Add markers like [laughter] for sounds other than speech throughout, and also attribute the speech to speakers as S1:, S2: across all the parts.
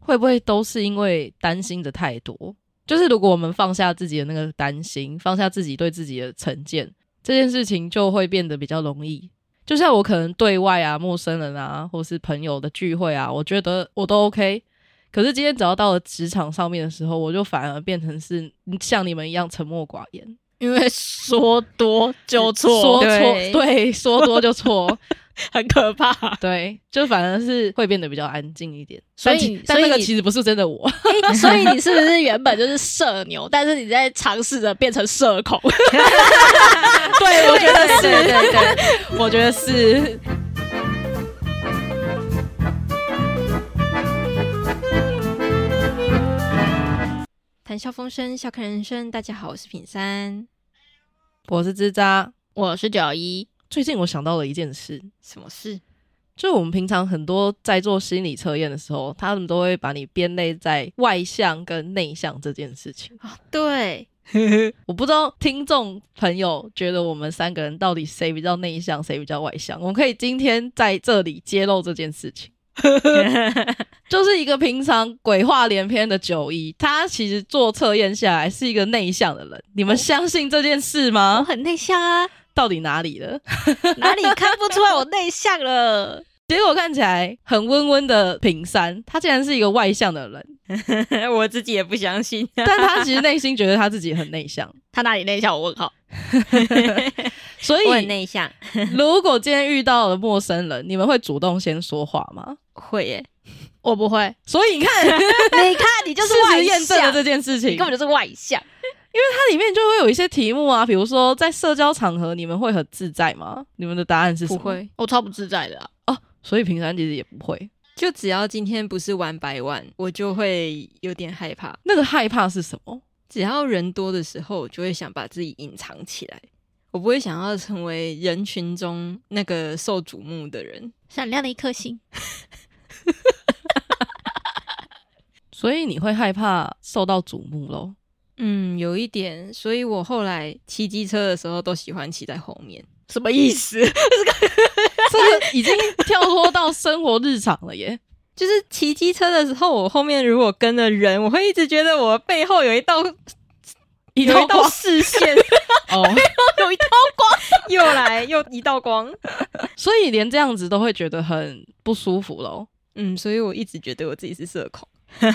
S1: 会不会都是因为担心的太多？就是如果我们放下自己的那个担心，放下自己对自己的成见，这件事情就会变得比较容易。就像我可能对外啊、陌生人啊，或是朋友的聚会啊，我觉得我都 OK。可是今天只要到了职场上面的时候，我就反而变成是像你们一样沉默寡言，
S2: 因为说多就错，
S1: 说错
S3: 对
S1: 对，说多就错， [laughs]
S2: 很可怕。
S1: 对，就反而是会变得比较安静一点。
S2: 所以
S1: 但其
S2: 所
S1: 但
S2: 以
S1: 那个
S2: 你
S1: 其实不是真的我，
S2: 诶所以你是不是原本就是社牛，但是你在尝试着变成社恐？
S1: 对，我觉得是，
S3: 对对对
S1: 我觉得是。
S3: 谈笑风生，笑看人生。大家好，我是品三。
S1: 我是吱喳。
S2: 我是九一，
S1: 最近我想到了一件事，
S3: 什么事？
S1: 就是我们平常很多在做心理测验的时候，他们都会把你编类在外向跟内向这件事情。
S3: [laughs] 对，
S1: 我不知道听众朋友觉得我们三个人到底谁比较内向，谁比较外向。我们可以今天在这里揭露这件事情。就是一个平常鬼话连篇的九一，他其实做测验下来是一个内向的人。你们相信这件事
S3: 我
S2: 哦
S1: 吗？
S3: 很内向啊，
S1: 到底哪里了？
S3: 哪里看不出来我内向了？
S1: 结果看起来很温温的平山，他竟然是一个外向的人，
S3: [laughs] 我自己也不相信。
S1: 但他其实内心觉得他自己很内向。
S2: [laughs] 他哪里内向？我问号。
S1: 所
S3: 我很
S1: 以，
S3: 内向，
S1: 如果今天遇到了陌生人，你们会主动先说话吗？
S3: 会耶。
S2: 我
S3: [laughs]
S2: 不会，
S1: 所以你看，
S3: 你看，你就是
S1: 事
S3: 外
S1: 实验证了
S3: 向，
S1: 这件事情。
S2: 你根本就是外向。
S1: 它里面就会有一些题目啊，比如说在社交场合，你们会很自在吗？你们的答案是什么？。，
S2: 我超不自在的、啊。
S1: 所以平常其实也不会。
S3: 就只要今天不是玩百万，我就会有点害怕。
S1: 那个害怕是什么？
S3: 只要人多的时候，我就会想把自己隐藏起来。我不会想要成为人群中那个受瞩目的人。
S2: 闪亮的一颗星，
S1: 所以你会害怕受到瞩目咯。
S3: 嗯，有一点，所以我后来骑机车的时候都喜欢骑在后面。
S2: 什么
S1: [laughs]
S2: 意思？
S1: 这个已经跳脱到生活日常了
S2: [laughs]
S1: 耶。
S3: 就是骑机车的时候，我后面如果跟了人，我会一直觉得我背后有一道
S1: 一
S3: 有一
S1: 道
S2: [laughs]
S3: 道
S1: 光
S3: 视 [laughs] 线，
S1: 哦，
S3: 有一道光，又来又一道光。
S1: 所以连这样子都会觉得很不舒服咯。
S3: [laughs] 嗯，所以我一直觉得我自己是社恐。
S2: [laughs] 所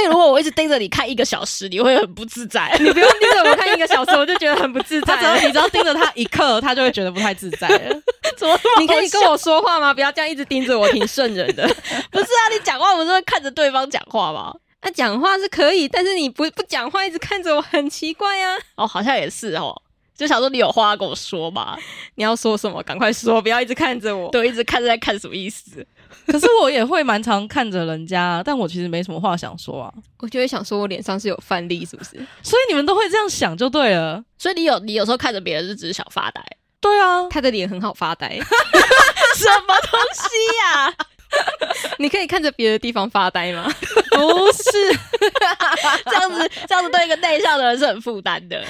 S2: 以如果我一直盯着你看一个小时，你会很不自 [laughs] 在。
S3: 你不用盯着我看一个小时，我就觉得很不自
S1: 他
S3: [laughs]
S1: 只要
S3: 在。
S1: 你只要盯着他一刻，他就会觉得不太自在了。
S2: [laughs] 怎么那么
S3: 你可以跟
S2: 好笑
S3: 我说话吗？不要这样一直盯着我，挺瘆人 [laughs] 的。
S2: 不是啊？你讲话不是会看着对方讲话吗？
S3: 那、啊讲话是可以，但是你不不讲话，一直看着我，很奇怪啊呀、
S2: 哦，好像也是哦。就想说你有话要跟我说吗？
S3: 你要说什么？赶快说，不要一直看着我。
S2: 对，一直看着在看什么意思？
S1: 可是我也会蛮常看着人家，但我其实没什么话想说啊。
S3: 我就会想说，我脸上是有饭粒，是不 [laughs] 是？
S1: 所以你们都会这样想就对了。
S2: 所以你有你有时候看着别人是只是想发呆，
S1: 对
S2: [laughs]
S1: 啊，
S3: 他的脸很好发 [laughs] 呆，
S2: 什么东西呀、
S3: 你可以看着别的地方发呆吗？
S1: 不是
S2: [laughs] 这样子这样子对一个内向的人是很负担的。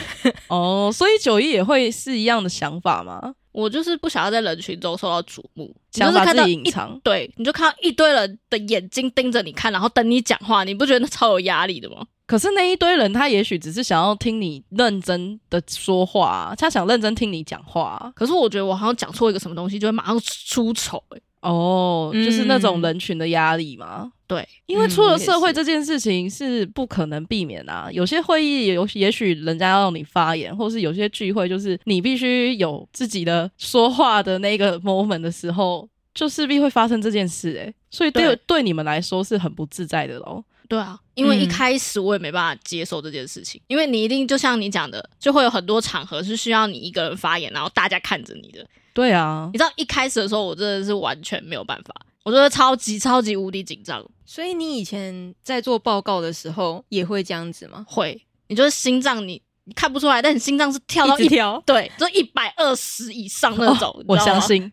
S1: 哦，所以九一也会是一样的想法吗？
S2: 我就是不想要在人群中受到瞩目，你就
S1: 想
S2: 是
S1: 把
S2: 看
S1: 自
S2: 到
S1: 己
S2: 一
S1: 隐藏，
S2: 对，你就看到一堆人的眼睛盯着你看，然后等你讲话，你不觉得那超有压力的吗？
S1: 可是那一堆人他也许只是想要听你认真的说话啊、他想认真听你讲话啊、
S2: 可是我觉得我好像讲错一个什么东西，就会马上出丑、欸。
S1: 哦，
S3: 嗯
S1: 就是那种人群的压力嘛。
S2: 对，
S1: 因为出了
S3: 嗯
S1: 社
S3: 也
S1: 会
S3: 是
S1: 这件事情是不可能避免啊，有些会议有也许人家要让你发言，或是有些聚会就是你必须有自己的说话的那个 moment 的时候，就势必会发生这件事、欸。所以对
S2: 对
S1: 对你们来说是很不自在的喽。
S2: 对啊，因为一
S3: 嗯
S2: 开始我也没办法接受这件事情，因为你一定就像你讲的，就会有很多场合是需要你一个人发言，然后大家看着你的。
S1: 对啊，
S2: 你知道一开始的时候，我真的是完全没有办法，我觉得超级超级无敌紧张，
S3: 所以你以前在做报告的时候也会这样子吗？
S2: 会，你就是心脏你你看不出来，但你心脏是跳到一
S3: 条，
S2: 对，就一百二十以上那种，你知道
S1: 哦我
S2: 吗
S1: 相，信。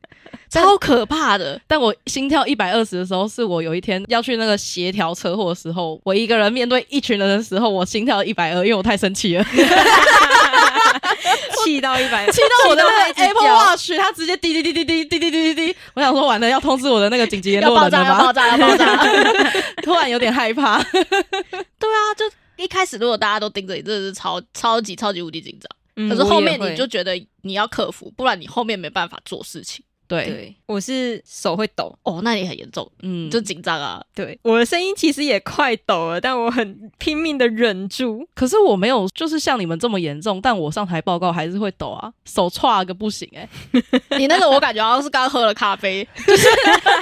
S2: 超可怕的。
S1: 但我心跳一百二十的时候，是我有一天要去那个协调车祸的时候，我一个人面对一群人的时候，我心跳一百二，因为我太生气了。
S3: [laughs] 气到一百，
S1: 气到我的那个
S3: 气到一直
S1: Apple
S3: 叫
S1: Watch，它直接滴滴滴滴滴滴滴滴滴滴，我想说完了要通知我的那个紧急联
S2: 要
S1: 络
S2: 爆
S1: 人
S2: 炸，
S1: 了
S2: 要爆
S1: 吗？
S2: 炸，要
S1: [laughs]
S2: 爆炸！
S1: 突然有点害怕，
S2: 对啊，就一开始如果大家都盯着你，真的是超超级超级无敌紧张。
S3: 嗯
S2: 可是
S3: 我
S2: 后
S3: 也
S2: 面
S3: 会
S2: 你就觉得你要克服，不然你后面没办法做事情。哎
S1: 对，
S3: 对，我是手会抖，
S2: 哦，那也很严重，
S1: 嗯，
S2: 就紧张啊。
S3: 对，我的声音其实也快抖了，但我很拼命的忍住。
S1: 可是我没有，就是像你们这么严重，但我上台报告还是会抖啊，手歘个不行哎、
S2: 你那个我感觉好像是刚喝了咖
S1: [laughs]
S2: 啡，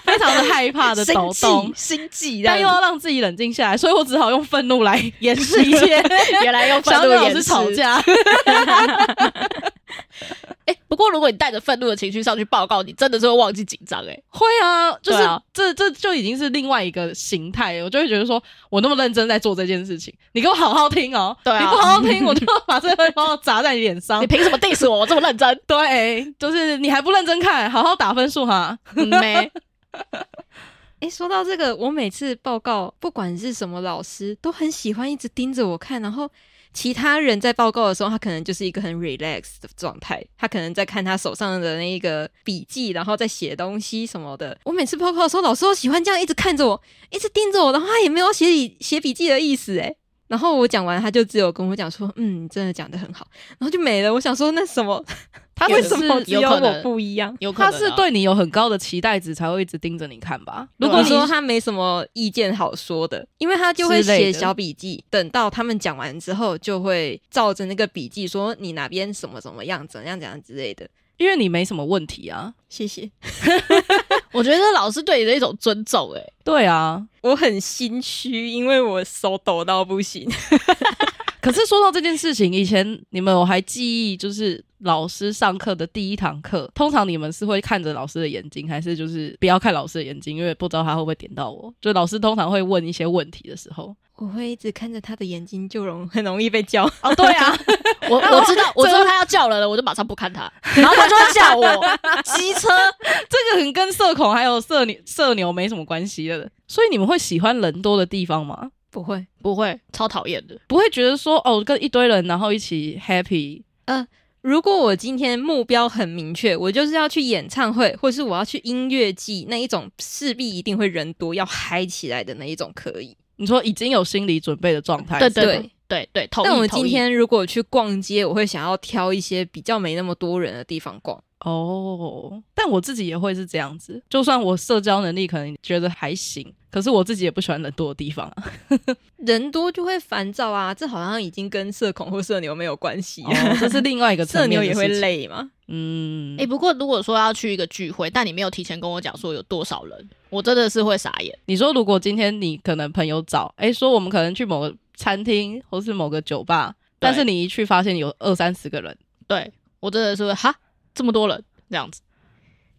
S1: 非常的害怕的
S2: 心
S1: 抖
S2: 悸
S1: 动，，
S2: 心悸这
S1: 但又
S2: 样
S1: 要让自己冷静下来，所以我只好用愤怒来掩饰一切，
S2: 子。原来用愤
S1: 想
S2: 怒
S1: 跟老
S2: 掩饰
S1: 师吵。 [laughs] 架，
S2: 哎、不过如果你带着愤怒的情绪上去报告，你真的是会忘记紧张哎、
S1: 会啊，就是、
S2: 对啊
S1: 这这就已经是另外一个形态了，我就会觉得说我那么认真在做这件事情，你给我好好听哦，
S2: 对啊
S1: 你不好好听，我就把这份包砸在你脸上
S2: 你。凭什么 diss 我？我这么认真？
S1: [laughs] 对，就是你还不认真看，好好打分数哈。
S2: 嗯没，
S3: 诶，说到这个，我每次报告，不管是什么老师，都很喜欢一直盯着我看。然后其他人在报告的时候，他可能就是一个很 relax 的状态，他可能在看他手上的那一个笔记，然后在写东西什么的。我每次报告的时候，老师都喜欢这样一直看着我，一直盯着我，然后他也没有写笔写笔记的意思。诶。然后我讲完，他就只有跟我讲说：“嗯，你真的讲的很好。”然后就没了。我想说，那什么，
S1: 他
S3: [laughs] 为
S1: 会
S2: 只
S3: 什么
S2: 是
S3: 只
S2: 有可
S3: 我
S2: 能
S3: 不一样？
S2: 有可能、啊
S1: 他是，对你有很高的期待值，才会一直盯着你看吧。啊如
S3: 如
S1: 果你
S3: 果说他没什么意见好说的，因为他就会
S1: 之类
S3: 写
S1: 的
S3: 小笔记，等到他们讲完之后，就会照着那个笔记说你哪边什么什么样，怎样怎样之类的。
S1: 因为你没什么问题啊，
S3: 谢谢，
S2: 我觉得老师对你的一种尊重哎、
S1: 对啊。
S3: 我很心虚，因为我手抖到不行。
S1: 可是说到这件事情，以前你们我还记忆，就是老师上课的第一堂课，通常你们是会看着老师的眼睛，还是就是不要看老师的眼睛，因为不知道他会不会点到我。就老师通常会问一些问题的时候，
S3: [laughs]
S1: [laughs]
S3: 我会一直看着他的眼睛，就容很容易被叫。
S1: 哦，对啊， [laughs]
S2: 我我知道，我知道他要叫人了，我就马上不看他，然后他就会叫我机车。 [laughs]
S1: 这个很跟社恐还有社牛社牛没什么关系的。所以你们会喜欢人多的地方吗？
S3: [laughs] 不会，
S2: 不会，超讨厌的。
S1: 不会觉得说哦，跟一堆人然后一起 happy，
S3: 如果我今天目标很明确，我就是要去演唱会，或是我要去音乐季那一种，势必一定会人多要嗨起来的那一种，可以。
S1: 你说已经有心理准备的状态，
S2: 对
S1: 是吗
S2: 对对对，同意。
S3: 但我今
S2: 同意
S3: 天如果去逛街，我会想要挑一些比较没那么多人的地方逛。
S1: 哦，但我自己也会是这样子，就算我社交能力可能觉得还行，可是我自己也不喜欢人多的地方、啊。
S3: 人多就会烦躁啊，这好像已经跟社恐或社牛没有关系、
S1: 哦，这是另外一个
S3: [laughs] 社
S1: 层面
S3: 牛
S1: 的
S3: 也会
S1: 事情。
S3: 累嘛？
S1: 嗯，
S2: 哎、不过如果说要去一个聚会，但你没有提前跟我讲说有多少人，我真的是会傻眼。
S1: 你说如果今天你可能朋友找，哎，说我们可能去某个餐厅或是某个酒吧，但是你一去发现有二三十个人，
S2: 对我真的是会哈这么多人这样子，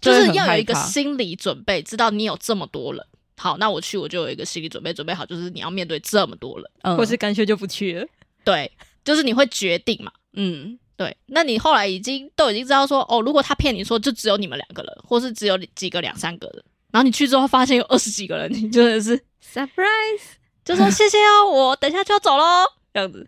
S1: 就
S2: 就
S1: 会
S2: 是
S1: 很
S2: 要有一
S1: 害
S2: 个
S1: 怕
S2: 心理准备，知道你有这么多人。好，那我去我就有一个心理准备，准备好就是你要面对这么多人。
S1: 嗯，
S3: 或是干脆就不去了。
S2: 对，就是你会决定嘛。
S1: 嗯，
S2: 对，那你后来已经都已经知道说，哦，如果他骗你说就只有你们两个人，或是只有几个两三个人，然后你去之后发现有二十几个人，你真的是
S3: Surprise！
S2: 就说谢谢哦，我等一下就要走喽，这样子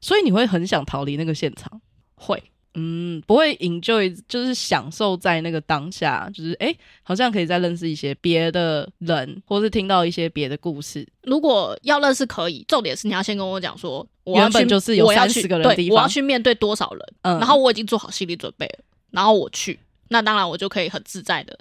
S1: 所以你会很想逃离那个现场。
S2: 会。
S1: 嗯，不会 enjoy，就是享受在那个当下，就是哎、诶好像可以再认识一些别的人，或是听到一些别的故事。
S2: 如果要认识可以，重点是你要先跟我讲说，我要
S1: 原本
S2: 去
S1: 就是有
S2: 我要去
S1: 30个人的
S2: 对
S1: 地
S2: 我要
S1: 方
S2: 去面对多少人，
S1: 嗯，
S2: 然后我已经做好心理准备了，然后我去，那当然我就可以很自在的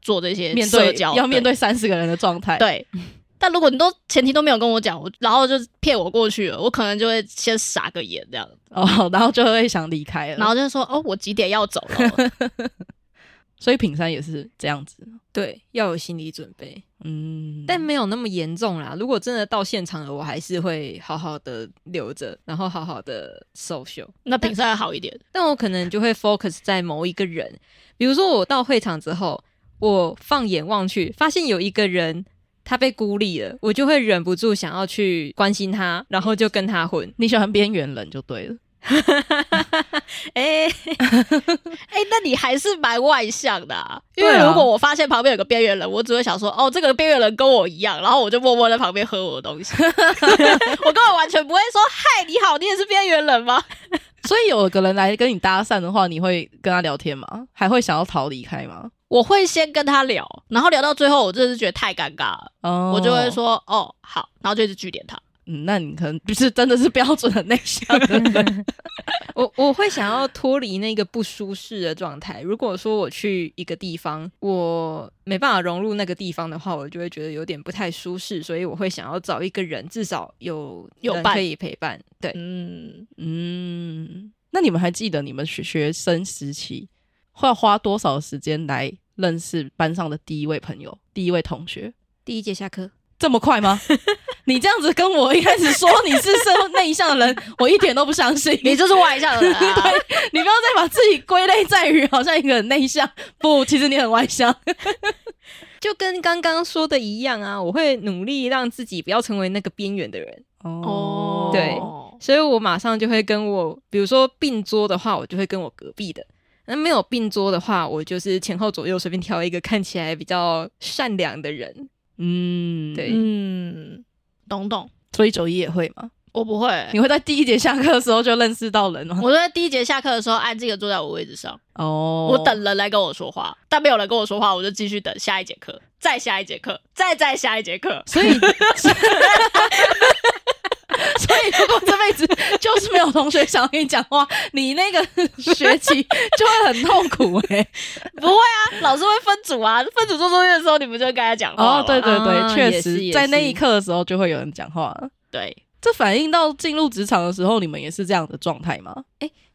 S2: 做这些
S1: 面
S2: 社
S1: 对
S2: 交，
S1: 要面对三十个人的状态，，
S2: 对。对但如果你都前提都没有跟我讲，我然后就骗我过去了，我可能就会先傻个眼这样，
S1: 哦，然后就会想离开了。
S2: 然后就说哦，我几点要走了，
S1: [laughs] 所以品山也是这样子，
S3: 对，要有心理准备，
S1: 嗯，
S3: 但没有那么严重啦。如果真的到现场了，我还是会好好的留着，然后好好的 social。
S2: 那平山好一点。
S3: 但我可能就会 focus 在某一个人，比如说我到会场之后，我放眼望去，发现有一个人他被孤立了，我就会忍不住想要去关心他，然后就跟他混。
S1: 你喜欢边缘人就对了。
S2: [laughs]
S1: [laughs]
S3: 哎、
S2: 哎、那你还是蛮外向的、啊，因为
S1: 对啊
S2: 如果我发现旁边有个边缘人，我只会想说，哦，这个边缘人跟我一样，然后我就默默在旁边 [laughs] 喝我的东西，我根本完全不会说，嗨，你好，你也是边缘人吗？
S1: 所以有个人来跟你搭讪的话，你会跟他聊天吗？还会想要逃离开吗？
S2: 我会先跟他聊，然后聊到最后，我真的是觉得太尴尬了，
S1: 哦
S2: 我就会，说哦好，然后就一直拒点他。
S1: 嗯，那你可能不是真的是标准的内向的
S2: [laughs]
S1: 人
S3: 我我会想要脱离那个不舒适的状态。如果说我去一个地方，我没办法融入那个地方的话，我就会觉得有点不太舒适，所以我会想要找一个人，至少有
S2: 有
S3: 人
S2: 伴
S3: 可以陪伴。对，
S2: 嗯，
S1: 嗯，那你们还记得你们学学生时期会要花多少时间来认识班上的第一位朋友、第一位同学？
S3: 第一节下课，
S1: 这么快
S2: [laughs]
S1: 吗？你这样子跟我一开始说你是社会 [laughs] 内向的人，我一点都不相信。
S2: 你就是外向的
S1: [laughs]
S2: 人、啊，
S1: 你不要再把自己归类在于好像一个很内向，不，其实你很外向。
S3: 就跟刚刚说的一样啊，我会努力让自己不要成为那个边缘的人，
S2: 哦，
S3: 对所以我马上就会跟我，比如说并桌的话，我就会跟我隔壁的。那没有并桌的话，我就是前后左右随便挑一个看起来比较善良的人。
S1: 嗯，
S3: 对
S2: 嗯，懂懂，
S1: 所以九一也会嘛？
S2: 我不会，
S1: 你会在第一节下课的时候就认识到人吗？
S2: 我都在第一节下课的时候安静的坐在我位置上，
S1: 哦
S2: 我等人来跟我说话，但没有人跟我说话，我就继续等下一节课，再下一节课，再再下一节课。
S1: 所以， [laughs] 所以如果这辈子就是没有同学想跟你讲话，你那个学期就会很痛苦哎、
S2: 不会啊， [laughs] 老师会分组啊，分组做作业的时候，你不就跟他讲话
S1: 哦
S2: 吗，
S1: 对对对，
S3: 啊
S1: 确
S3: 也是
S1: 实，
S3: 也
S1: 在那
S3: 是
S1: 一刻的时候就会有人讲话了。
S2: 对，
S1: 这反映到进入职场的时候，你们也是这样的状态吗？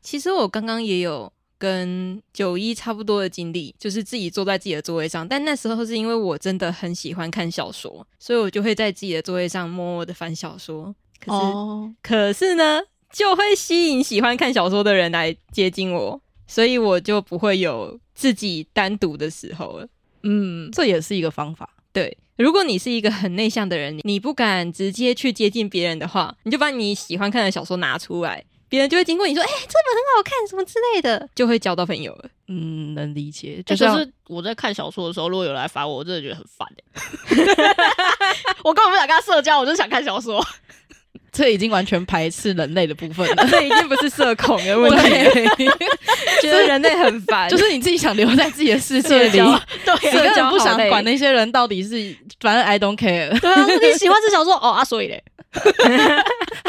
S3: 其实我刚刚也有跟九一差不多的经历，就是自己坐在自己的座位上，但那时候是因为我真的很喜欢看小说，所以我就会在自己的座位上默默的翻小说。可是，
S2: 哦，
S3: 可是呢，就会吸引喜欢看小说的人来接近我，所以我就不会有自己单独的时候了。
S2: 嗯，
S1: 这也是一个方法。
S3: 对，如果你是一个很内向的人，你不敢直接去接近别人的话，你就把你喜欢看的小说拿出来，别人就会经过你说：“哎、这本很好看，什么之类的”，就会交到朋友了。。
S1: 嗯，能理解。
S2: 就
S1: 就像、
S2: 是我在看小说的时候，如果有人来烦我，我真的觉得很烦、欸、 [laughs] 我根本不想跟他社交，我就想看小说。 [laughs]
S1: 这已经完全排斥人类的部分了
S3: [laughs] [laughs] 这已经不是社恐的问 [laughs] 题，
S1: 对，
S3: 觉得人类很烦，
S1: 就是你自己想留在自己的世界
S3: 社
S1: 里，
S3: 交
S1: 你
S2: 对啊
S3: 社
S2: [laughs]
S1: 根
S3: 交
S1: 本
S3: 好
S1: 不想
S3: 累
S1: 管那些人到底是，反正 I don't care，
S2: 对啊，你喜欢这小说哦啊，所以嘞，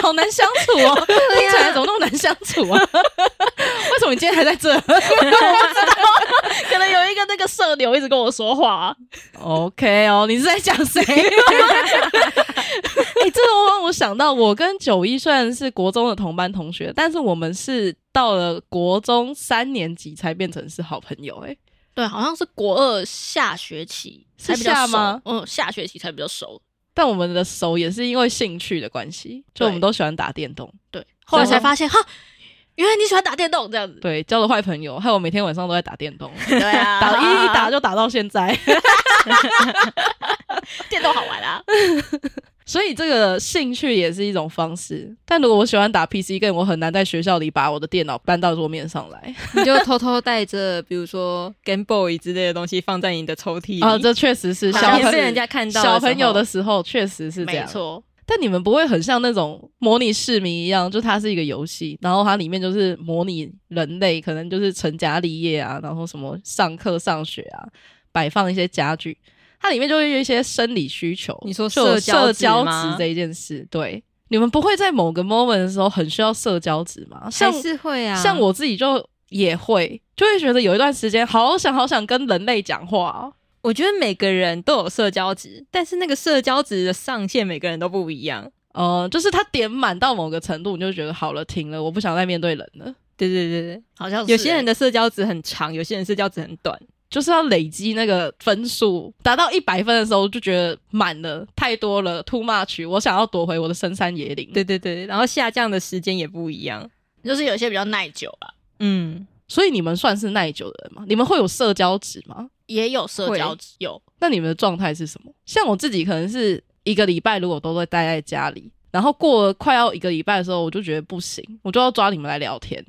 S1: 好难相处哦。
S3: [laughs]
S1: 听起来怎么那么难相处啊？ [laughs] 为什么你今天还在这
S2: 可能有一个那个社牛一直跟我说话、啊，
S1: ？OK 哦，你是在讲谁？ [laughs] 哎、这个让我想到，我跟九一虽然是国中的同班同学，但是我们是到了国中三年级才变成是好朋友、哎。
S2: 对，好像是国二下学期
S1: 是
S2: 才比较
S1: 下
S2: 熟
S1: 吗
S2: 嗯，下学期才比较熟。
S1: 但我们的熟也是因为兴趣的关系，就
S2: 对
S1: 我们都喜欢打电动，
S2: 对，后来
S1: 真的
S2: 才
S1: 吗
S2: 发现哈，原来你喜欢打电动这样子。
S1: 对，交了坏朋友，害我每天晚上都在打电 [laughs] 动，
S2: 对 [laughs] 啊，
S1: 打一一打就打到现在。 [laughs]
S2: 电动好玩啊。
S1: 所以这个兴趣也是一种方式，但如果我喜欢打 PC game，我很难在学校里把我的电脑搬到桌面上来
S3: 你就偷偷带着，比如说 Game Boy 之类的东西放在你的抽屉里，
S1: 啊，这确实是
S2: 好
S1: 小朋
S2: 像
S3: 以
S1: 友
S3: 是人家看到
S1: 小朋友的
S3: 时
S1: 时候确实是这
S2: 没
S1: 样。
S2: 错，
S1: 但你们不会很像那种模拟市民一样，就它是一个游戏，然后它里面就是模拟人类，可能就是成家立业啊，然后什么上课上学啊，摆放一些家具，它里面就会有一些生理需求。
S3: 你说
S1: 就有
S3: 社交
S1: 社
S3: 值
S1: 交
S3: 吗
S1: 值这一件事，对，你们不会在某个 moment 的时候很需要社交值吗？
S3: 候
S1: 像
S3: 还是会啊，
S1: 像我自己就也会，就会觉得有一段时间好想好想跟人类讲话、哦。
S3: 我觉得每个人都有社交值，但是那个社交值的上限每个人都不一样。
S1: 呃，就是它点满到某个程度，你就觉得好了，停了，我不想再面对人了。
S3: 对对对对，
S2: 好像是
S3: 有些人
S2: 的
S3: 的社交值很长，有些人社交值很短。
S1: 就是要累积那个分数，达到一百分的时候就觉得满了，太多了，too much，我想要夺回我的深山野岭。
S3: 对，对对，然后下降的时间也不一样。
S2: 就是有些比较耐久啊，
S3: 嗯，
S1: 所以你们算是耐久的人吗？你们会有社交值吗？
S2: 也有社交
S3: 会
S2: 有
S1: 那你们的状态是什么？像我自己可能是一个礼拜，如果都会待在家里，然后过了快要一个礼拜的时候，我就觉得不行，我就要抓你们来聊天。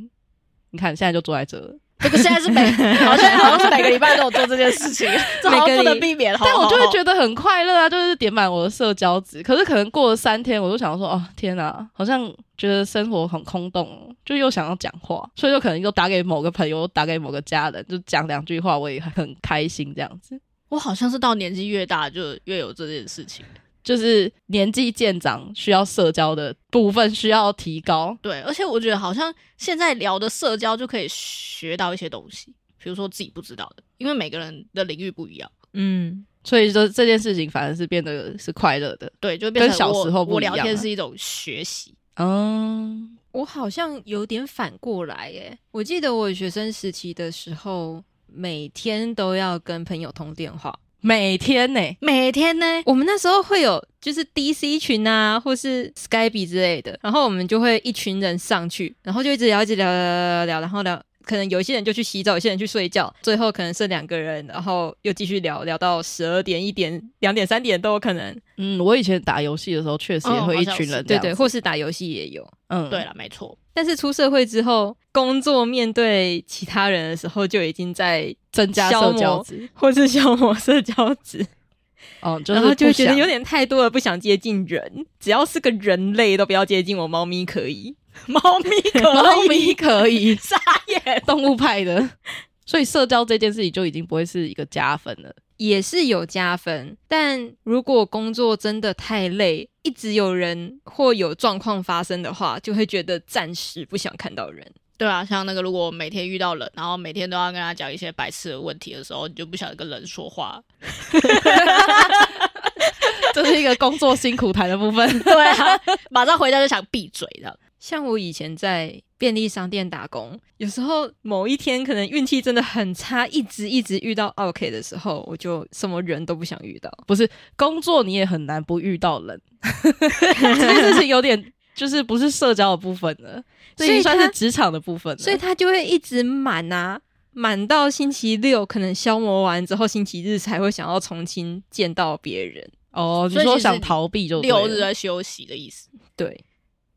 S1: 你看，现在就坐在这了，
S2: 这个现在是 [laughs] 每好像好像是每个礼拜都有做这件事 [laughs] 情，这好
S3: 每
S2: 像
S3: 个
S2: 不能
S3: 礼
S2: 避免。好
S1: 但我就会
S2: 好
S1: 觉得很快乐啊，就是点满我的社啊交值。可是可能过了三天，我就想说，哦，天哪、好像觉得生活很空洞哦，就又想要讲话，所以就可能就打给某个朋友，打给某个家人，就讲两句话，我也很开心这样子。
S2: 我好像是到年纪越大就越有这件事情。
S1: 就是年纪渐长，需要社交的部分需要提高。
S2: 对，而且我觉得好像现在聊的社交就可以学到一些东西，比如说自己不知道的，因为每个人的领域不一样。
S3: 嗯，
S1: 所以就这件事情反而是变得是快乐的。
S2: 对，就变成
S1: 跟小
S2: 我
S1: 时候不
S2: 我
S1: 一样
S2: 聊
S1: 啊
S2: 天是一种学习。
S1: 嗯，
S3: 我好像有点反过来耶。我记得我学生时期的时候，每天都要跟朋友通电话。
S1: 每天呢、
S2: 每天呢，
S3: 我们那时候会有就是 DC 群啊，或是 Skype 之类的，然后我们就会一群人上去，然后就一直聊，一直聊，聊聊聊聊，然后聊。可能有一些人就去洗澡，有些人去睡觉，最后可能剩两个人，然后又继续聊聊到十二点、一点、两点、三点都有可能，
S1: 嗯，我以前打游戏的时候确实也
S2: 哦
S1: 会
S2: 好
S1: 一
S2: 像
S1: 群
S2: 是
S1: 人这
S3: 对
S1: 样
S3: 对，
S1: 子
S3: 或是打游戏也有。
S1: 嗯，
S2: 对了，没错， [laughs]
S3: 但是出社会之后，工作面对其他人的时候，就已经在
S1: 增加
S3: 消
S1: 社
S3: 磨
S1: 交值，
S3: 或是消磨社交值，
S1: 嗯， [laughs] 就
S3: 然后
S1: 是
S3: 就
S1: 不
S3: 会觉得
S1: 想 [laughs]
S3: 有点太多了，不想接近人。只要是个人类，都不要接近我，猫咪可以。
S2: 猫咪
S1: 猫
S2: 可以
S1: 咪可
S3: [laughs]
S1: 以
S2: 傻眼，
S1: 动物派的，所以社交这件事情就已经不会是一个加分了。
S3: 也是有加分，但如果工作真的太累，一直有人或有状况发生的话，就会觉得暂时不想看到人。
S2: 对啊，像那个如果每天遇到人，然后每天都要跟他讲一些白痴的问题的时候，你就不想跟人说话。
S1: 这是一个工作辛苦谈的部分。 [laughs]
S2: 对啊， [laughs] 马上回家就想闭嘴的。
S3: 像我以前在便利商店打工，有时候某一天可能运气真的很差，一直一直遇到 OK 的时候，我就什么人都不想遇到。
S1: 工作你也很难不遇到人，这件事情有点就是不是社交的部分了，这已
S3: 所以
S1: 经算是
S3: 他
S1: 职场的部分了。
S3: 所以他就会一直满啊，满到星期六，可能消磨完之后，星期日才会想要重新见到别人。
S1: 哦，你
S2: 所以
S1: 说
S2: 其实
S1: 想逃避就对了
S2: 六日在休息的意思。
S3: 对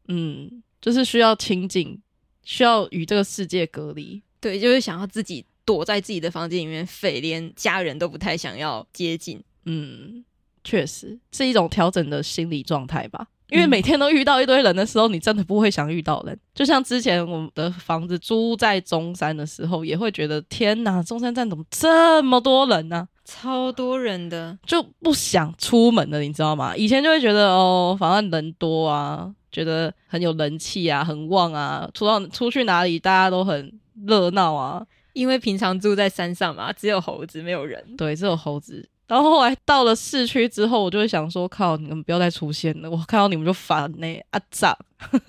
S1: 嗯，就是需要亲近，需要与这个世界隔离。
S3: 对，就是想要自己躲在自己的房间里面废，连家人都不太想要接近。
S1: 嗯，确实是一种调整的心理状态吧。因为每天都遇到一堆人的时候，你真的不会想遇到人。就像之前我们的房子租在中山的时候，也会觉得天哪，中山站怎么这么多人呢、
S3: 超多人的，
S1: 就不想出门了，你知道吗？以前就会觉得哦，反正人多啊，觉得很有人气啊，很旺啊，出到出去哪里大家都很热闹啊，
S3: 因为平常住在山上嘛，只有猴子没有人。
S1: 对，只有猴子。然后后来到了市区之后，我就会想说，靠，你们不要再出现了，我看到你们就烦呢、啊长， [laughs]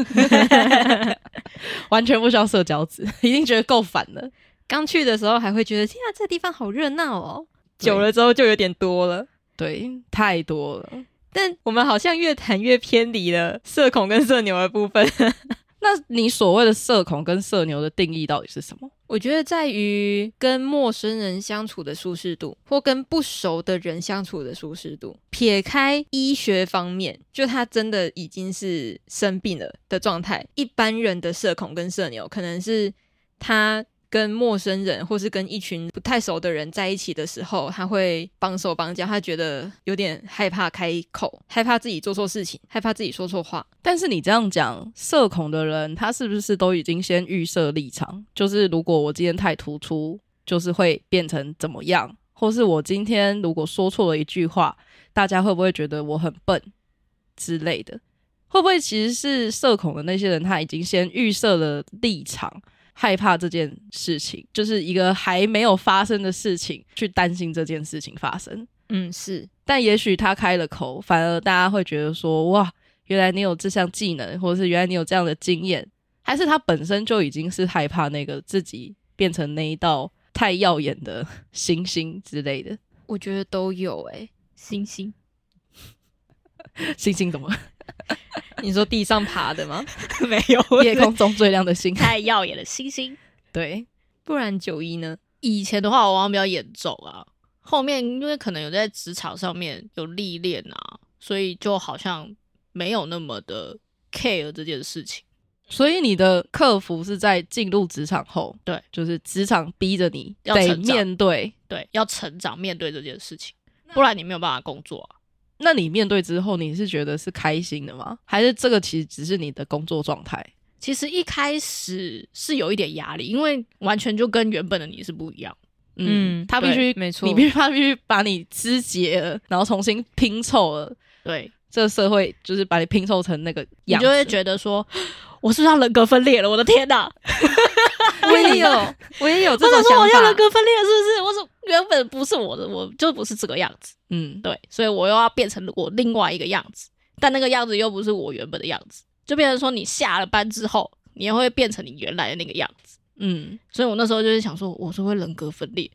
S1: 完全不需要社交值，已经觉得够烦了。
S3: 刚去的时候还会觉得天啊，这地方好热闹哦，久了之后就有点多了。
S1: 对，太多了。
S3: 但我们好像越谈越偏离了社恐跟社牛的部分。
S1: 那你所谓的社恐跟社牛的定义到底是什么？
S3: 我觉得在于跟陌生人相处的舒适度，或跟不熟的人相处的舒适度。撇开医学方面，就他真的已经是生病了的状态。一般人的社恐跟社牛，可能是他跟陌生人或是跟一群不太熟的人在一起的时候，他会帮手帮脚，他觉得有点害怕开口，害怕自己做错事情，害怕自己说错话。
S1: 但是你这样讲，社恐的人他是不是都已经先预设立场？就是如果我今天太突出，就是会变成怎么样？或是我今天如果说错了一句话，大家会不会觉得我很笨之类的？会不会其实是社恐的那些人他已经先预设了立场，害怕这件事情，就是一个还没有发生的事情，去担心这件事情发生？
S3: 嗯，是
S1: 但也许他开了口，反而大家会觉得说，哇，原来你有这项技能，或者是原来你有这样的经验，还是他本身就已经是害怕那个自己变成那一道太耀眼的 [laughs] 星星之类的。
S3: 我觉得都有欸诶、
S2: 星星，
S1: 星星怎么了？
S3: [laughs] 你说地上爬的吗？
S2: [laughs] 没有
S1: 夜空中最亮的 [laughs] 星？
S2: 太耀眼了，星星。
S1: 对，
S3: [laughs] 不然九一呢？
S2: 以前的话，我好像比较严重啊。后面因为可能有在职场上面有历练啊，所以就好像没有那么的 care 这件事情。
S1: 所以你的克服是在进入职场后，
S2: 对，
S1: 就是职场逼着你
S2: 要
S1: 得
S2: 成长
S1: 面对。
S2: 对，要成长面对这件事情，不然你没有办法工作啊。
S1: 那你面对之后，你是觉得是开心的吗？还是这个其实只是你的工作状态？
S2: 其实一开始是有一点压力，因为完全就跟原本的你是不一样。
S1: 嗯，
S3: 嗯
S1: 他必须
S3: 对没错
S1: 你必须他必须把你肢解了，然后重新拼凑了。
S2: 对，
S1: 这个社会就是把你拼凑成那个
S2: 你
S1: 样子，
S2: 就会觉得说，我是不是要人格分裂了？我的天哪！
S3: 我也有， [laughs] 我也有这
S2: 我
S3: 种
S2: 想说
S3: 想
S2: 我要人
S3: 法。
S2: 格分裂了是不是？我说原本不是我的，我就不是这个样子。
S1: 嗯，
S2: 对，所以我又要变成我另外一个样子，但那个样子又不是我原本的样子，就变成说你下了班之后，你也会变成你原来的那个样子。
S1: 嗯，
S2: 所以我那时候就是想说，我是不是人格分裂，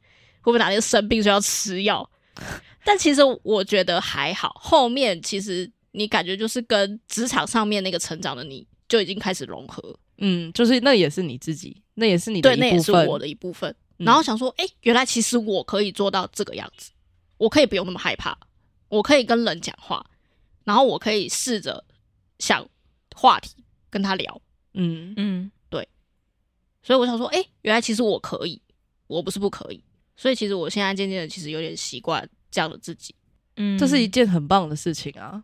S2: 会不会哪天生病所以要吃药？ [laughs] 但其实我觉得还好，后面其实你感觉就是跟职场上面那个成长的你就已经开始融合，
S1: 嗯，就是那也是你自己，那也是你的
S2: 对，
S1: 一
S2: 那也
S1: 部
S2: 是
S1: 分。
S2: 我的一部分。
S1: 嗯
S2: 然后想说，哎、原来其实我可以做到这个样子，我可以不用那么害怕，我可以跟人讲话，然后我可以试着想话题跟他聊。
S1: 嗯
S3: 嗯，
S2: 所以我想说，哎、原来其实我可以，我不是不可以。所以其实我现在渐渐的，其实有点习惯这样的自己。
S3: 嗯
S1: 这是一件很棒的事情啊！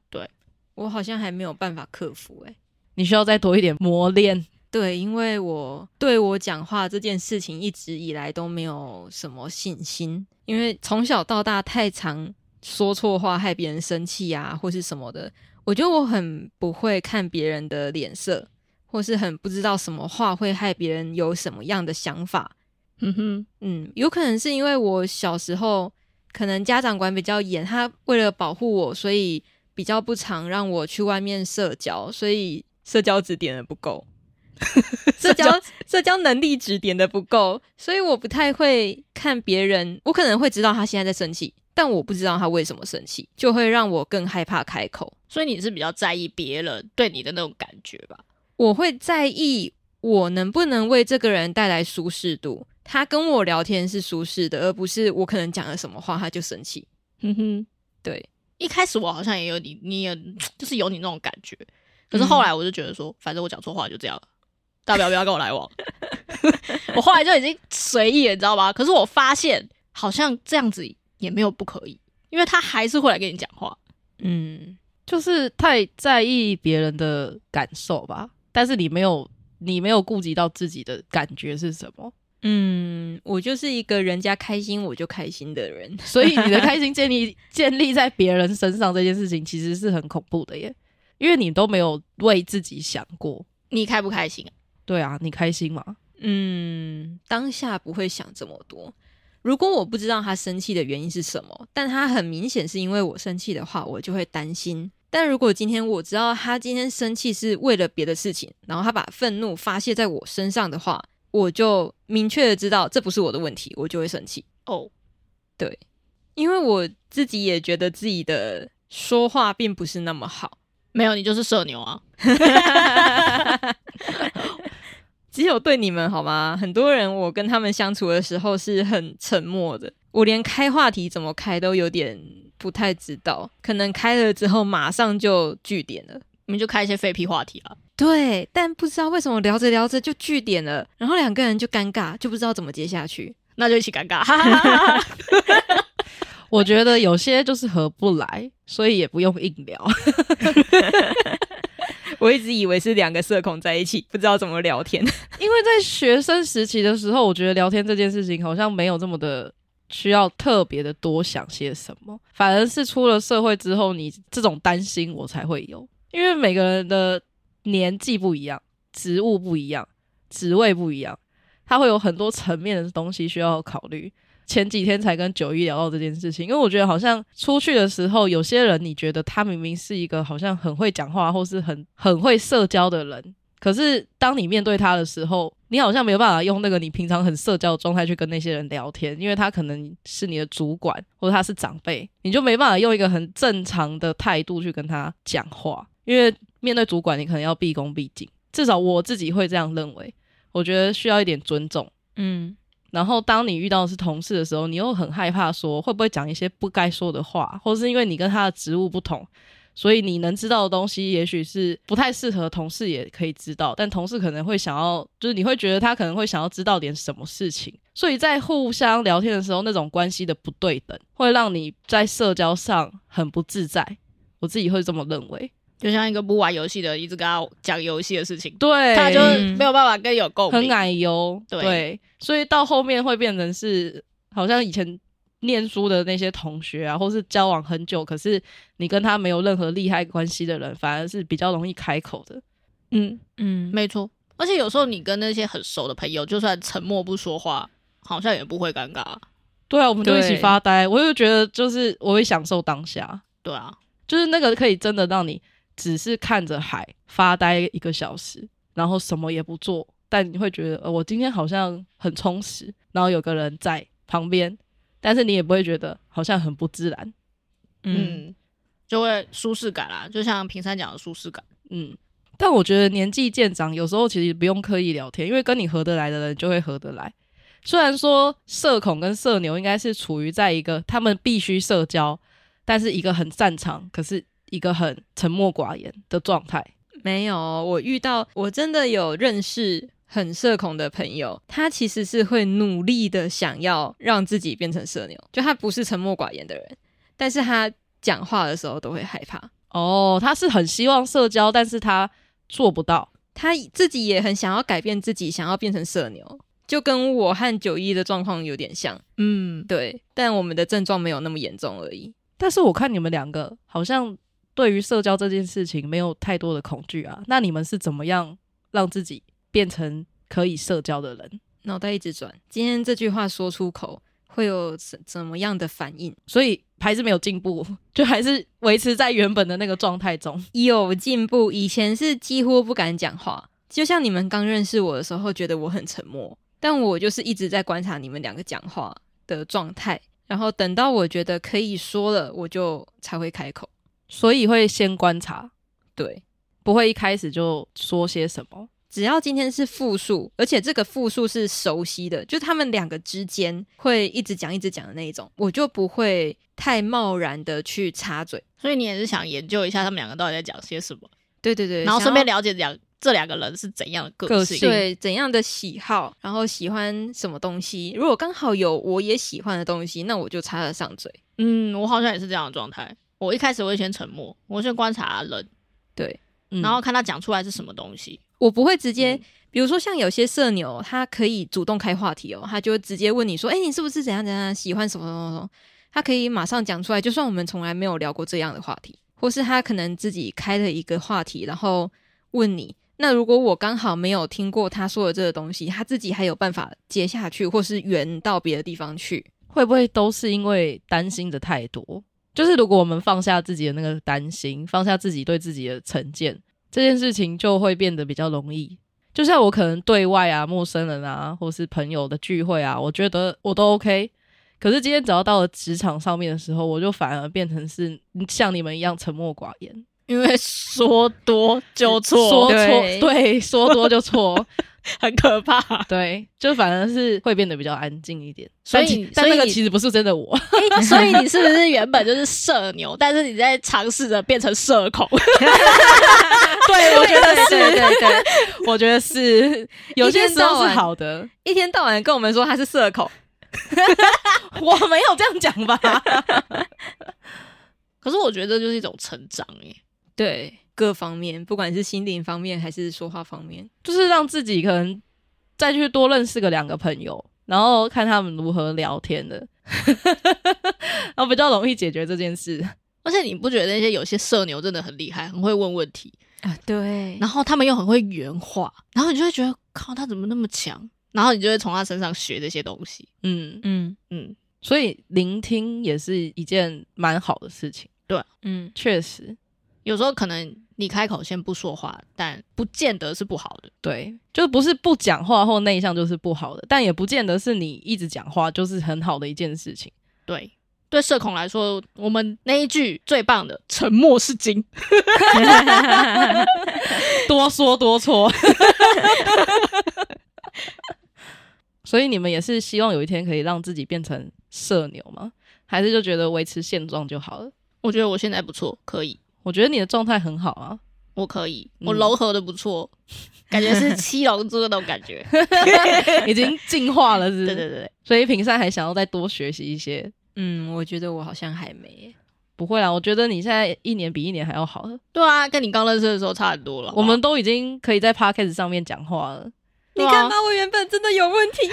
S3: 我好像还没有办法克服哎、
S1: 你需要再多一点磨练。
S3: 对，因为我对我讲话这件事情一直以来都没有什么信心，因为从小到大太常说错话，害别人生气啊，或是什么的。我觉得我很不会看别人的脸色，或是很不知道什么话会害别人有什么样的想法。
S2: 嗯哼，
S3: 嗯，有可能是因为我小时候可能家长管比较严，他为了保护我，所以比较不常让我去外面社交，所以社交值点的不 [laughs] 够，社交社交能力值点的不够，所以我不太会看别人，我可能会知道他现在在生气，但我不知道他为什么生气，就会让我更害怕开口。
S2: 所以你是比较在意别人对你的那种感觉吧？
S3: 我会在意我能不能为这个人带来舒适度。他跟我聊天是舒适的，而不是我可能讲了什么话他就生气。
S2: 嗯哼，
S3: 对，
S2: 一开始我好像也有你，你也就是有你那种感觉，可是后来我就觉得说，反正我讲错话就这样了，大不了不要跟我来往。 [laughs] 我后来就已经随意了，你知道吧？可是我发现好像这样子也没有不可以，因为他还是会来跟你讲话。
S3: 嗯，
S1: 就是太在意别人的感受吧，但是你没有你没有顾及到自己的感觉是什么，
S3: 嗯，我就是一个人家开心我就开心的人。
S1: 所以你的开心建立 [laughs] 建立在别人身上这件事情其实是很恐怖的耶，因为你都没有为自己想过。
S2: 你开不开心啊？
S1: 对啊，你开心吗？
S3: 嗯，当下不会想这么多。如果我不知道他生气的原因是什么，但他很明显是因为我生气的话，我就会担心。但如果今天我知道他今天生气是为了别的事情，然后他把愤怒发泄在我身上的话，我就明确的知道这不是我的问题，我就会生气。
S2: 哦，
S3: 因为我自己也觉得自己的说话并不是那么好，
S2: 没有，你就是社牛啊。
S3: 只有对你们好吗？很多人我跟他们相处的时候是很沉默的，我连开话题怎么开都有点不太知道，可能开了之后马上就据点了。
S2: 你们就开一些废屁话题啊。
S3: 对，但不知道为什么聊着聊着就据点了，然后两个人就尴尬，就不知道怎么接下去。
S2: 那就一起尴尬，哈哈哈哈 [laughs] 哈。
S1: 我觉得有些就是合不来，所以也不用硬聊。
S3: 我一直以为是两个社恐在一起，不知道怎么聊天。
S1: 因为在学生时期的时候，我觉得聊天这件事情好像没有这么的需要特别的多想些什么，反而是出了社会之后，你这种担心我才会有，因为每个人的年纪不一样，职务不一样，职位不一样，他会有很多层面的东西需要考虑。前几天才跟九一聊到这件事情，因为我觉得好像出去的时候，有些人你觉得他明明是一个好像很会讲话或是很很会社交的人，可是当你面对他的时候，你好像没有办法用那个你平常很社交的状态去跟那些人聊天，因为他可能是你的主管或者他是长辈，你就没办法用一个很正常的态度去跟他讲话，因为面对主管你可能要毕恭毕敬，至少我自己会这样认为，我觉得需要一点尊重。
S3: 嗯
S1: 然后当你遇到的是同事的时候，你又很害怕说会不会讲一些不该说的话，或是因为你跟他的职务不同，所以你能知道的东西也许是不太适合同事也可以知道，但同事可能会想要，就是你会觉得他可能会想要知道点什么事情，所以在互相聊天的时候，那种关系的不对等会让你在社交上很不自在，我自己会这么认为。
S2: 就像一个不玩游戏的，一直跟他讲游戏的事情，
S1: 对，
S2: 他就
S3: 嗯
S2: 没有办法跟你有共鸣。
S1: 很奶油，
S2: 对
S1: 所以到后面会变成是好像以前念书的那些同学啊，或是交往很久，可是你跟他没有任何利害关系的人，反而是比较容易开口的。
S2: 嗯，
S3: 嗯，
S2: 没错。而且有时候你跟那些很熟的朋友，就算沉默不说话，好像也不会尴尬。
S1: 对啊，我们就一起
S3: 对
S1: 发呆，我就觉得就是我会享受当下，
S2: 对啊，
S1: 就是那个可以真的让你只是看着海发呆一个小时，然后什么也不做，但你会觉得、呃、我今天好像很充实，然后有个人在旁边，但是你也不会觉得好像很不自然，
S3: 嗯
S2: 嗯，就会舒适感啦，就像平山讲的舒适感。
S1: 嗯，但我觉得年纪渐长，有时候其实不用刻意聊天，因为跟你合得来的人就会合得来。虽然说社恐跟社牛应该是处于在一个他们必须社交，但是一个很擅长，可是一个很沉默寡言的状态。
S3: 没有，我遇到我真的有认识很社恐的朋友，他其实是会努力的想要让自己变成社牛，就他不是沉默寡言的人，但是他讲话的时候都会害怕，
S1: 哦，他是很希望社交，但是他做不到。
S3: 他自己也很想要改变自己，想要变成社牛，就跟我和九一的状况有点像，
S2: 嗯，
S3: 对，但我们的症状没有那么严重而已。
S1: 但是我看你们两个好像对于社交这件事情没有太多的恐惧啊。那你们是怎么样让自己变成可以社交的人？
S3: 脑袋一直转，今天这句话说出口会有怎怎么样的反应？
S1: 所以还是没有进步，就还是维持在原本的那个状态中。
S3: 有进步，以前是几乎不敢讲话，就像你们刚认识我的时候，觉得我很沉默，但我就是一直在观察你们两个讲话的状态，然后等到我觉得可以说了，我就才会开口。
S1: 所以会先观察，
S3: 对，
S1: 不会一开始就说些什么。
S3: 只要今天是复数，而且这个复数是熟悉的，就他们两个之间会一直讲一直讲的那一种，我就不会太贸然的去插嘴。
S2: 所以你也是想研究一下他们两个到底在讲些什么，
S3: 对对对，
S2: 然后
S3: 想
S2: 顺
S3: 要
S2: 便了解两这两个人是怎样的
S1: 个
S2: 个性。
S1: 性
S3: 对怎样的喜好，然后喜欢什么东西。如果刚好有我也喜欢的东西，那我就插得上嘴。
S2: 嗯，我好像也是这样的状态。我一开始我会先沉默，我先观察人，
S3: 对
S1: 嗯
S2: 然后看他讲出来是什么东西。
S3: 我不会直接，比如说像有些社牛，他可以主动开话题哦，他就会直接问你说：“哎，你是不是怎样怎样喜欢什么什么什么？”他可以马上讲出来，就算我们从来没有聊过这样的话题，或是他可能自己开了一个话题，然后问你。那如果我刚好没有听过他说的这个东西，他自己还有办法接下去，或是圆到别的地方去，
S1: 会不会都是因为担心的太多？就是如果我们放下自己的那个担心，放下自己对自己的成见，这件事情就会变得比较容易。就像我可能对外啊、陌生人啊，或是朋友的聚会啊，我觉得我都 OK。可是今天只要到了职场上面的时候，我就反而变成是像你们一样沉默寡言。
S2: 因为说多就 [laughs] 错，
S1: 说错
S3: 对
S1: 对，说多就错，
S2: 很可怕。
S3: [laughs]
S1: 对，就反而是会变得比较安静一点。
S2: 所以
S1: 但其
S2: 所
S1: 但
S2: 以
S1: 那个其实不是真的
S3: [laughs]
S1: 我，
S2: 诶所以你是不是原本就是社牛，但是你在尝试着变成社恐？ [laughs]
S1: 对我觉得
S3: 对对
S1: 是，
S3: 对对，
S1: 我觉得
S3: [laughs]
S1: 是，有些时
S3: 一天到
S1: 候
S3: 晚
S1: 是好的，
S3: 一天到晚跟我们说他是社恐，
S1: 我没有这样讲
S3: [laughs]
S1: 吧？
S2: 可是我觉得这就是一种成长欸诶。
S3: 对各方面，不管是心灵方面还是说话方面，
S1: 就是让自己可能再去多认识个两个朋友，然后看他们如何聊天的，然后比较容易解决这件事。
S2: 而且你不觉得那些有些社牛真的很厉害，很会问问题，
S3: 啊，对
S2: 然后他们又很会原话，然后你就会觉得靠，他怎么那么强？然后你就会从他身上学这些东西。
S1: 嗯，
S3: 嗯
S2: 嗯，
S1: 所以聆听也是一件蛮好的事情，
S3: 嗯，
S1: 确实。
S2: 有时候可能你开口先不说话，但不见得是不好的。
S1: 对，就不是不讲话或内向就是不好的，但也不见得是你一直讲话就是很好的一件事
S2: [laughs]
S1: 情。
S2: 对，对社恐来说，我们那一句最棒的“沉默是金
S1: 多说多错， [laughs] 所以你们也是希望有一天可以让自己变成社牛吗？还是就觉得维持现状就好了？”，
S2: 我觉得我现在不错，可以，
S1: 我觉得你的状态很好
S2: [laughs]
S1: 啊，
S2: 我可以，
S1: 嗯
S2: 我柔和的不错，感觉 [laughs] 是七龙珠的那种感 [laughs] 觉。
S1: 已经进化了，是不
S2: 对
S1: 是？
S2: 对对对，
S1: 所以平山还想要再多学习一些。
S3: 嗯嗯，我觉得我好像还没耶，
S1: 不会啦，我觉得你现在一年比一年还要好了。
S2: 对啊，跟你刚认识的时候差很多了。好不
S1: 我
S2: 好
S1: 们都已经可以在 podcast 上面讲话了。
S3: 你
S2: 对啊
S3: 看吧，我原本真的有问 [laughs] 题，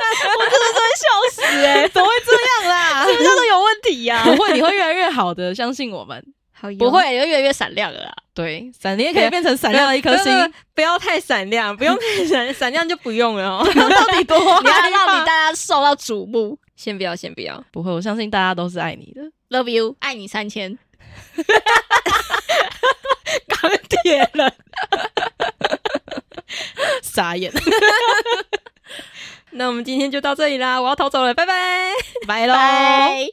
S2: 我真的是会笑死哎、
S3: 怎么会这样啦？
S2: 是不是叫做有问题呀、
S1: 不会，你会越来越好的，相信我们。
S3: 好，
S2: 不会，就越来越闪亮了啦。 [laughs]
S1: 对，啊闪电可以变成闪亮的一
S3: 不要，
S1: 颗星，
S3: 不要不要太闪亮，不用太 [laughs] 闪闪亮就不用了哦。
S1: 到底多 [laughs]
S2: 你要让你大家受到瞩目。
S3: 先不要，先不要，
S1: 不会，我相信大家都是爱你的。
S2: Love you，爱你三千。钢铁人，
S1: 傻
S3: [laughs]
S1: 眼，
S3: 那我们今天就到这里啦，我要逃走了，拜拜。
S1: 拜喽。
S2: 拜。